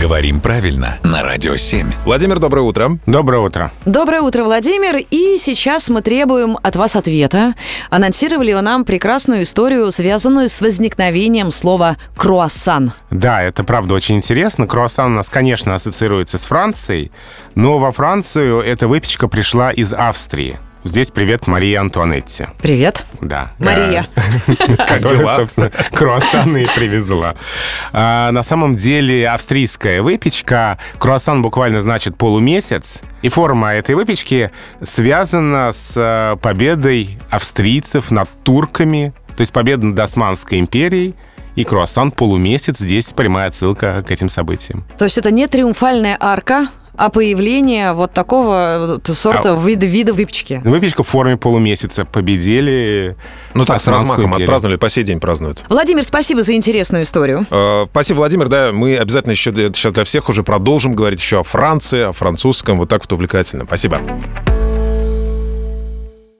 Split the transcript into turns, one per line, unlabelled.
Говорим правильно на Радио 7.
Владимир, доброе утро.
Доброе утро.
Доброе утро, Владимир. И сейчас мы требуем от вас ответа. Анонсировали вы нам прекрасную историю, связанную с возникновением слова «круассан».
Да, это правда очень интересно. Круассан у нас, конечно, ассоциируется с Францией, но во Францию эта выпечка пришла из Австрии. Здесь привет Марии Антуанетти.
Привет,
Да.
Мария.
Как
дела?
собственно, круассаны и привезла. А, на самом деле австрийская выпечка, круассан буквально значит полумесяц, и форма этой выпечки связана с э, победой австрийцев над турками, то есть победа над Османской империей, и круассан полумесяц, здесь прямая ссылка к этим событиям.
То есть это не триумфальная арка, а появление вот такого вот сорта
А.
вида, вида выпечки.
Выпечка в форме полумесяца. Победили
Ну так, с
Османскую
размахом
империю.
отпраздновали, по сей день празднуют.
Владимир, спасибо за интересную историю.
Э, Спасибо, Владимир. Да, мы обязательно еще для- сейчас для всех уже продолжим говорить еще о Франции, о французском. Вот так вот увлекательно. Спасибо.